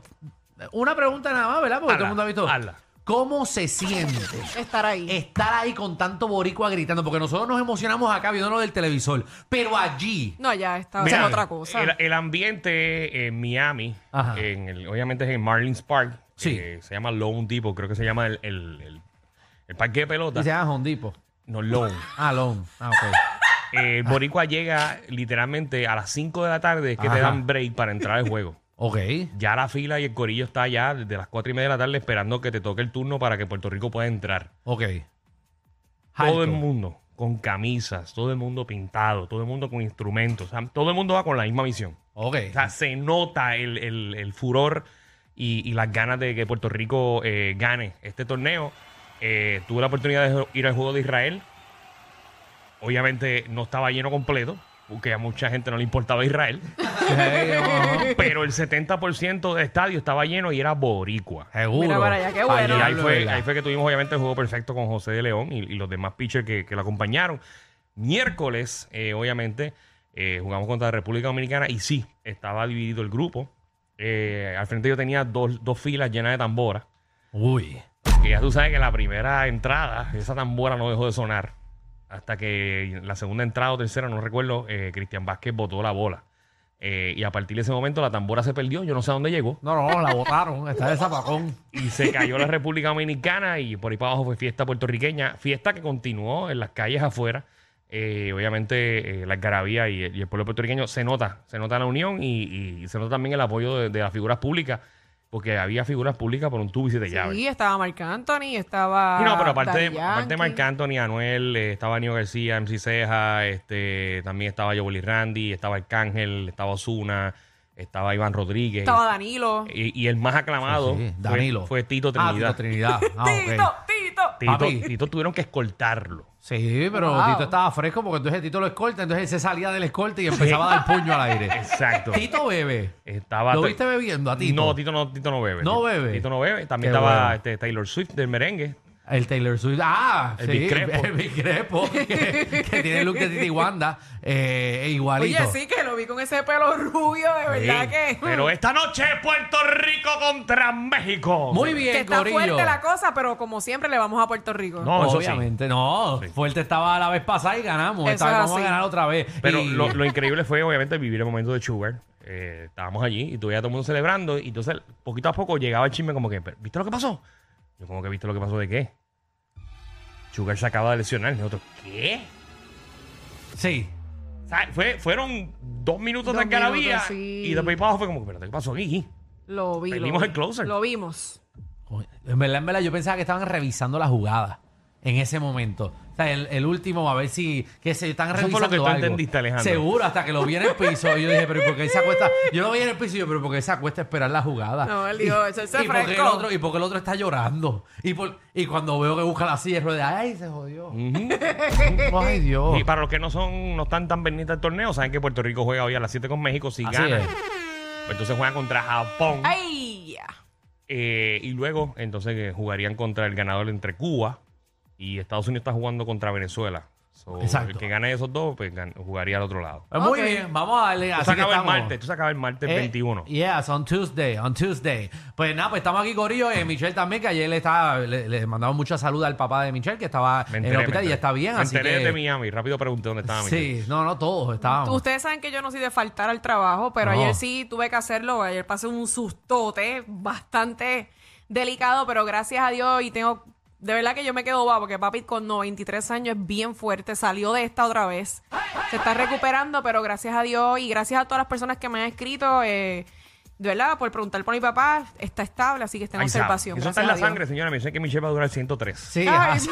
una pregunta nada más, ¿verdad? Porque Hazla, todo el mundo ha visto. hazla. ¿Cómo se siente? Estar ahí. estar ahí con tanto boricua gritando, porque nosotros nos emocionamos acá viéndolo del televisor, pero allí. No, ya, está Mira, haciendo otra cosa. El, el ambiente en Miami, Ajá. en el- obviamente es en Marlins Park. Sí. eh, se llama Lone Depot, creo que se llama el, el- el- el parque de pelota. Y se llama "Ah, Hondipo. No, Lone. Ah, Lone. Ah, ok. Eh, el Boricua llega literalmente a las 5 de la tarde, es que te Ajá. dan break para entrar al juego. Ok. Ya la fila y el corillo está ya desde las 4 y media de la tarde esperando que te toque el turno para que Puerto Rico pueda entrar. Ok. Todo Alto. el mundo con camisas, todo el mundo pintado, todo el mundo con instrumentos. o sea, todo el mundo va con la misma misión. Ok. O sea, se nota el, el- el furor y, y las ganas de que Puerto Rico eh, gane este torneo. Eh, tuve la oportunidad de ir al juego de Israel. Obviamente no estaba lleno completo, porque a mucha gente no le importaba Israel. Sí, no, no. pero el 70% del estadio estaba lleno y era boricua. Seguro. Mira para allá, qué bueno. Y Allí, ahí lo fue, verdad. ahí fue que tuvimos obviamente el juego perfecto con José de León y, y los demás pitchers que, que lo acompañaron. Miércoles, eh, obviamente, Eh, jugamos contra la República Dominicana y sí, estaba dividido el grupo. Eh, al frente yo tenía dos, dos filas llenas de tamboras. Uy. Que ya tú sabes que la primera entrada, esa tambora no dejó de sonar. Hasta que la segunda entrada o tercera, no recuerdo, eh, Cristian Vázquez botó la bola. Eh, y a partir de ese momento la tambora se perdió, yo no sé a dónde llegó. No, no, la botaron. Está de zapacón. Y se cayó la República Dominicana y por ahí para abajo fue fiesta puertorriqueña. Fiesta que continuó en las calles afuera. Eh, obviamente eh, la algarabía y, y el pueblo puertorriqueño se nota, se nota la unión y, y se nota también el apoyo de, de las figuras públicas, porque había figuras públicas por un tubo y siete llaves. Sí, estaba Marc Anthony, estaba. Y no, pero aparte de, Daddy aparte de Marc Yankee. Anthony, Anuel, eh, estaba Nio García, MC Ceja, este, también estaba Yoboli Randy, estaba Arcángel, estaba Osuna, estaba Iván Rodríguez. Estaba Danilo. y, y el más aclamado Sí, sí, Ah, fue- Danilo. Fue, Tito Ah, Trinidad. Tito Trinidad. Ah, ok. Tito, eh, Tito. Tito, Papi. Tito tuvieron que escoltarlo. Sí, pero Wow. Tito estaba fresco porque entonces Tito lo escolta, entonces él se salía del escolte y empezaba a dar puño al aire. Exacto. Tito bebe. Estaba ¿Lo viste bebiendo a Tito? No, Tito no, Tito no bebe. ¿No Tito- bebe? Tito no bebe. También Qué estaba bueno. este, Taylor Swift del merengue. El Taylor Swift. Ah, El sí, Bicrepo. El Bicrepo, que, que tiene el look de Titi Wanda. Eh, igualito. Oye, sí, que lo vi con ese pelo rubio, de verdad que. Pero esta noche Puerto Rico contra México. Muy que bien, está Corillo. fuerte la cosa, pero como siempre le vamos a Puerto Rico. No, Oh, eso sí. Pues obviamente, no. Fuerte estaba la vez pasada y ganamos. Eso Esta vez es vamos así. a ganar otra vez. Pero Y- lo, lo increíble fue, obviamente, vivir el momento de Sugar. Eh, estábamos allí y todavía todo el mundo celebrando. Y entonces, poquito a poco, llegaba el chisme como que, "Pero, ¿viste lo que pasó? Yo, como que, ¿viste lo que pasó de qué? Sugar se acaba de lesionar. Y nosotros, ¿qué? Sí. O sea, fue- fueron dos minutos Dos de algarabía. minutos, sí. Y después para abajo fue como, "Espérate, ¿qué pasó aquí? Lo vi. lo Perdimos vi. el closer. Lo vimos. En verdad, en verdad, yo pensaba que estaban revisando la jugada en ese momento. O sea, el, el último, a ver si que se están Eso revisando fue lo que tú algo. entendiste, Alejandro. Seguro, hasta que lo vi en el piso. y yo dije, pero ¿y por qué él se acuesta? Yo lo vi en el piso y yo, pero ¿por qué él se acuesta a esperar la jugada? No, él dijo, "Eso es y porque el fresco". otro, y porque el otro está llorando. Y, por- y cuando veo que busca la silla de ruedas, ¡ay, se jodió! Ujú. ¡Ay, Dios! Y para los que no son, no están tan pendientes del torneo, saben que Puerto Rico juega hoy a las 7 con México. Si Así gana, es. pues entonces juega contra Japón. ¡Ay! ya. Eh, y luego, entonces, que jugarían contra el ganador entre Cuba y Estados Unidos está jugando contra Venezuela. So, Exacto. El que gane esos dos, pues gan- jugaría al otro lado. Pues muy Ok. bien, vamos a darle. Esto Así se que acaba el estamos. martes, esto se acaba el martes Eh, 21. Yes, on Tuesday, on Tuesday. Pues nada, pues estamos aquí, Corillo. Eh, Michelle también, que ayer le, estaba, le, le mandamos mucha salud al papá de Michelle, que estaba Me en enteré, el me hospital y enteré. ya está bien. Me así enteré que, de Miami. Rápido pregunté dónde estaba Miami. Sí, no, no, todos estábamos. Ustedes saben que yo no soy de faltar al trabajo, pero No. ayer sí tuve que hacerlo. Ayer pasé un sustote bastante delicado, pero gracias a Dios y tengo... De verdad que yo me quedo va porque papi con 93 años es bien fuerte, salió de esta otra vez. Se está recuperando, pero gracias a Dios y gracias a todas las personas que me han escrito, eh, de verdad, por preguntar por mi papá, está estable, así que está en Ahí sabe. observación. Eso está en la gracias a sangre, señora. Me dice que Michelle va a durar 103. Sí, Dios. Ay, así,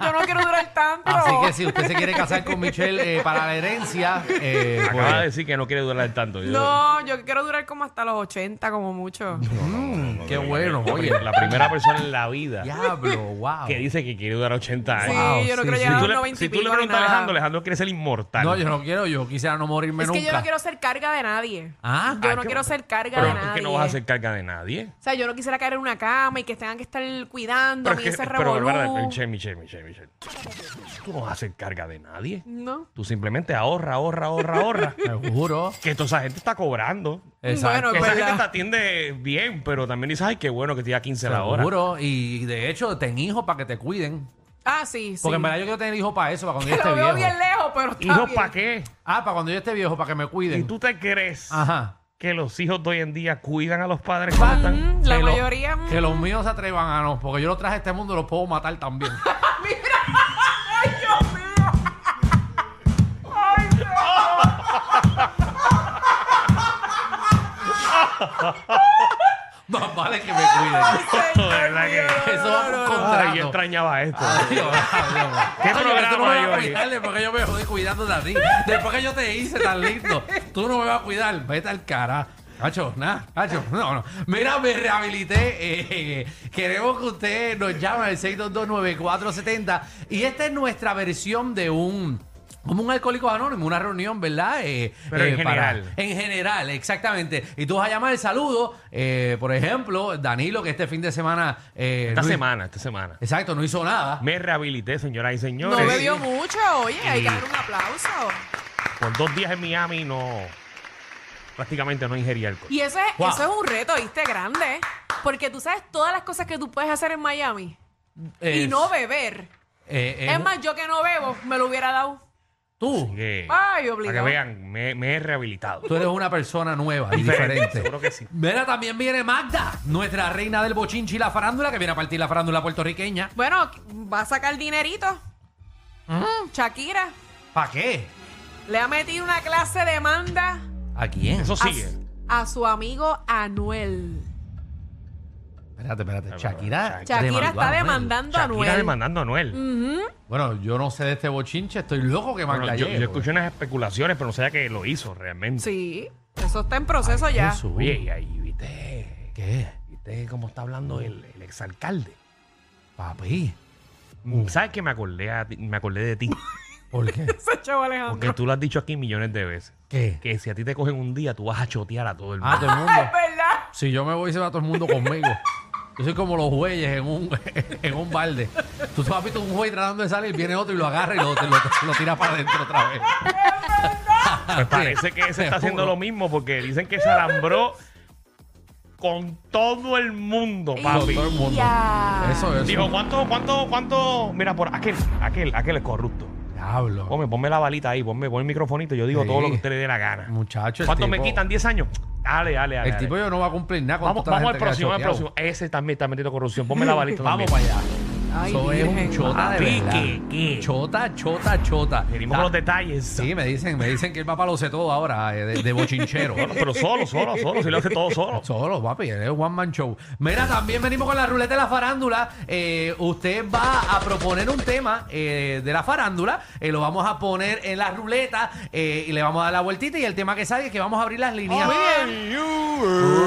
yo no quiero durar tanto. así que si usted se quiere casar con Michelle eh, para la herencia, eh, Acaba pues, de decir que no quiere durar tanto. Yo- No, yo quiero durar como hasta los 80, como mucho. mm, qué bueno, La pri- oye. La primera persona en la vida Diablo, wow. que dice que quiere durar 80 Sí, años. Wow, yo no sí, sí. creo llegar Si a tú los le, 90 si y tú le pico ni preguntas a nada. Alejandro, Alejandro quiere ser inmortal. No, yo no quiero, yo quisiera no morirme Es nunca. que yo no quiero ser carga de nadie. Ah, yo ah, no qué quiero ser carga Pero tú de es nadie. que no vas a hacer carga de nadie. O sea, yo no quisiera caer en una cama y que tengan que estar cuidando Pero, y es ese que, pero revolú. verdad, Michelle, Michelle, Michelle, Michelle. Tú no vas a hacer carga de nadie. No. Tú simplemente ahorra, ahorra, ahorra, ahorra. Seguro. que toda esa gente está cobrando. Exacto. Bueno, Esa verdad. gente te atiende bien, pero también dices, ay, qué bueno que te da 15 la hora. Seguro. Y de hecho, ten hijos para que te cuiden. Ah, sí, sí. Porque en verdad yo quiero tener hijos para eso, para cuando yo Lo esté veo viejo. bien lejos, pero está ¿Hijos bien. para qué? Ah, para cuando yo esté viejo, para que me ¿Y cuiden. tú te crees Ajá. que los hijos de hoy en día cuidan a los padres que matan? Mm, La Que lo- mayoría... mm, Que los míos se atrevan a no, porque yo los traje a este mundo, los puedo matar también. ¡Ay, Dios mío! ¡Ay, no! Más vale que me cuiden. De verdad que- Eso va por contrato. Ay, este yo extrañaba esto. Ay, Dios, ay, Dios. ¿Qué Oye, programa tú no me vas a hay hoy? cuidarle porque yo me jodí cuidándote a ti. Después que yo te hice tan lindo, tú no me vas a cuidar. Vete al cara. Nacho, nada, Nacho, no, no. Mira, me rehabilité. eh, eh, queremos que usted nos llame al 6229470. Y esta es nuestra versión de un. Como un alcohólico anónimo, una reunión, ¿verdad? Eh, Pero en eh, para- general. en general, exactamente. Y tú vas a llamar el saludo. eh, por ejemplo, Danilo, que este fin de semana. eh, Esta no hi- semana, esta semana. Exacto, no hizo nada. Me rehabilité, señoras y No señores. bebió mucho, oye. Hay que dar un aplauso. por dos días en Miami no. Prácticamente no ingerí alcohol. Y eso es, Wow. eso es un reto, ¿viste? Grande. Porque tú sabes todas las cosas que tú puedes hacer en Miami y Es- no beber. eh, Es, más, yo que no bebo, me lo hubiera dado. Tú, Así que, Ay, para que obligado. vean, me, me he rehabilitado. tú eres una persona nueva y diferente. Seguro que sí. Mira, también viene Magda, nuestra reina del bochinchi y la farándula, que viene a partir la farándula puertorriqueña. Bueno, va a sacar dinerito. Mm. Shakira ¿Para qué? le ha metido una clase de demanda ¿A quién? Eso a, sigue. a su amigo Anuel. Espérate, espérate. pero- Shakira. Shakira demandó está a Anuel. demandando a Shakira Anuel. Mm. demandando a Noel. Bueno, yo no sé de este bochinche, estoy loco que Magda Bueno, yo, llegue, yo escuché unas especulaciones, pero no sabía que lo hizo realmente. Sí, eso está en proceso ya. pues. Jesús. Oye, y ahí viste, ¿Qué? viste cómo está hablando el, el exalcalde. Papi, Mm. ¿Sabes qué? Me acordé, a ti- me acordé de ti. ¿por qué? Ese chavo Alejandro. Porque tú lo has dicho aquí millones de veces. ¿Qué? Que si a ti te cogen un día, tú vas a chotear a todo el Ah, mundo. todo el mundo. Es verdad. Si yo me voy, se va todo el mundo conmigo. Yo soy como los güeyes en un, en un balde. Tú has visto un güey tratando de salir, viene otro y lo agarra y lo, te- lo- lo tira para adentro otra vez. Me parece que ese Te está haciendo juro. lo mismo porque dicen que se alambró con todo el mundo, papi. Todo el mundo. Ya. Eso, eso. Dijo, ¿cuánto, cuánto, cuánto? Mira, por aquel, aquel, aquel es corrupto. Diablo. Ponme, ponme la balita ahí, ponme, ponme el microfonito, yo digo Sí. todo lo que usted le dé la gana. Muchacho, el ¿Cuánto me tipo- quitan? ¿10 años? Dale, dale, dale. El tipo dale. yo no va a cumplir nada con Vamos, toda la vamos al gente que ha próximo, al choteado. próximo. Ese también está metiendo corrupción. Ponme la balita Vamos también. para allá. Ay, Eso es un virgen. chota de Papi, verdad. ¿qué, qué? Chota, chota, chota. Venimos con los detalles. Sí, me dicen, me dicen que el papá lo sé todo ahora, eh, de, de bochinchero. Bueno, pero solo, solo, solo. Si lo hace todo solo. Solo, papi, es One Man Show. Mira, también venimos con la ruleta de la farándula. Eh, usted va a proponer un tema eh, de la farándula. eh, lo vamos a poner en la ruleta eh, y le vamos a dar la vueltita. Y el tema que sale es que vamos a abrir las líneas. Oh.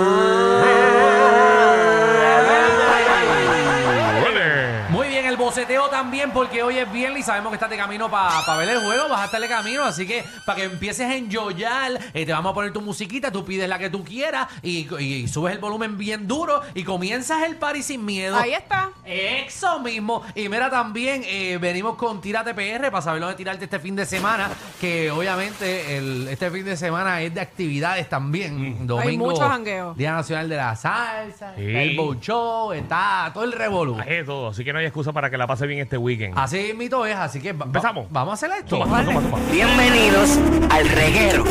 Ole. Muy bien, el boceteo también, porque hoy es viernes y sabemos que estás de camino para ver el juego, vas a estar de camino, así que para que empieces a enjoyar, eh, te vamos a poner tu musiquita, tú pides la que tú quieras y, y- y subes el volumen bien duro y comienzas el party sin miedo. Ahí está. Eso mismo. Y mira, también eh, venimos con Tírate PR para saber dónde tirarte este fin de semana. Que obviamente el- este fin de semana es de actividades también. Domingo. mucho jangueo. Día Nacional de la Salsa. Sí. Está el Bow Show. Está todo el revolú. Bajé todo, así que no hay excusa para que la pase bien este weekend. Así mito es. Así que va- Empezamos. Vamos a hacer esto. Toma, toma, toma. Bienvenidos al reguero.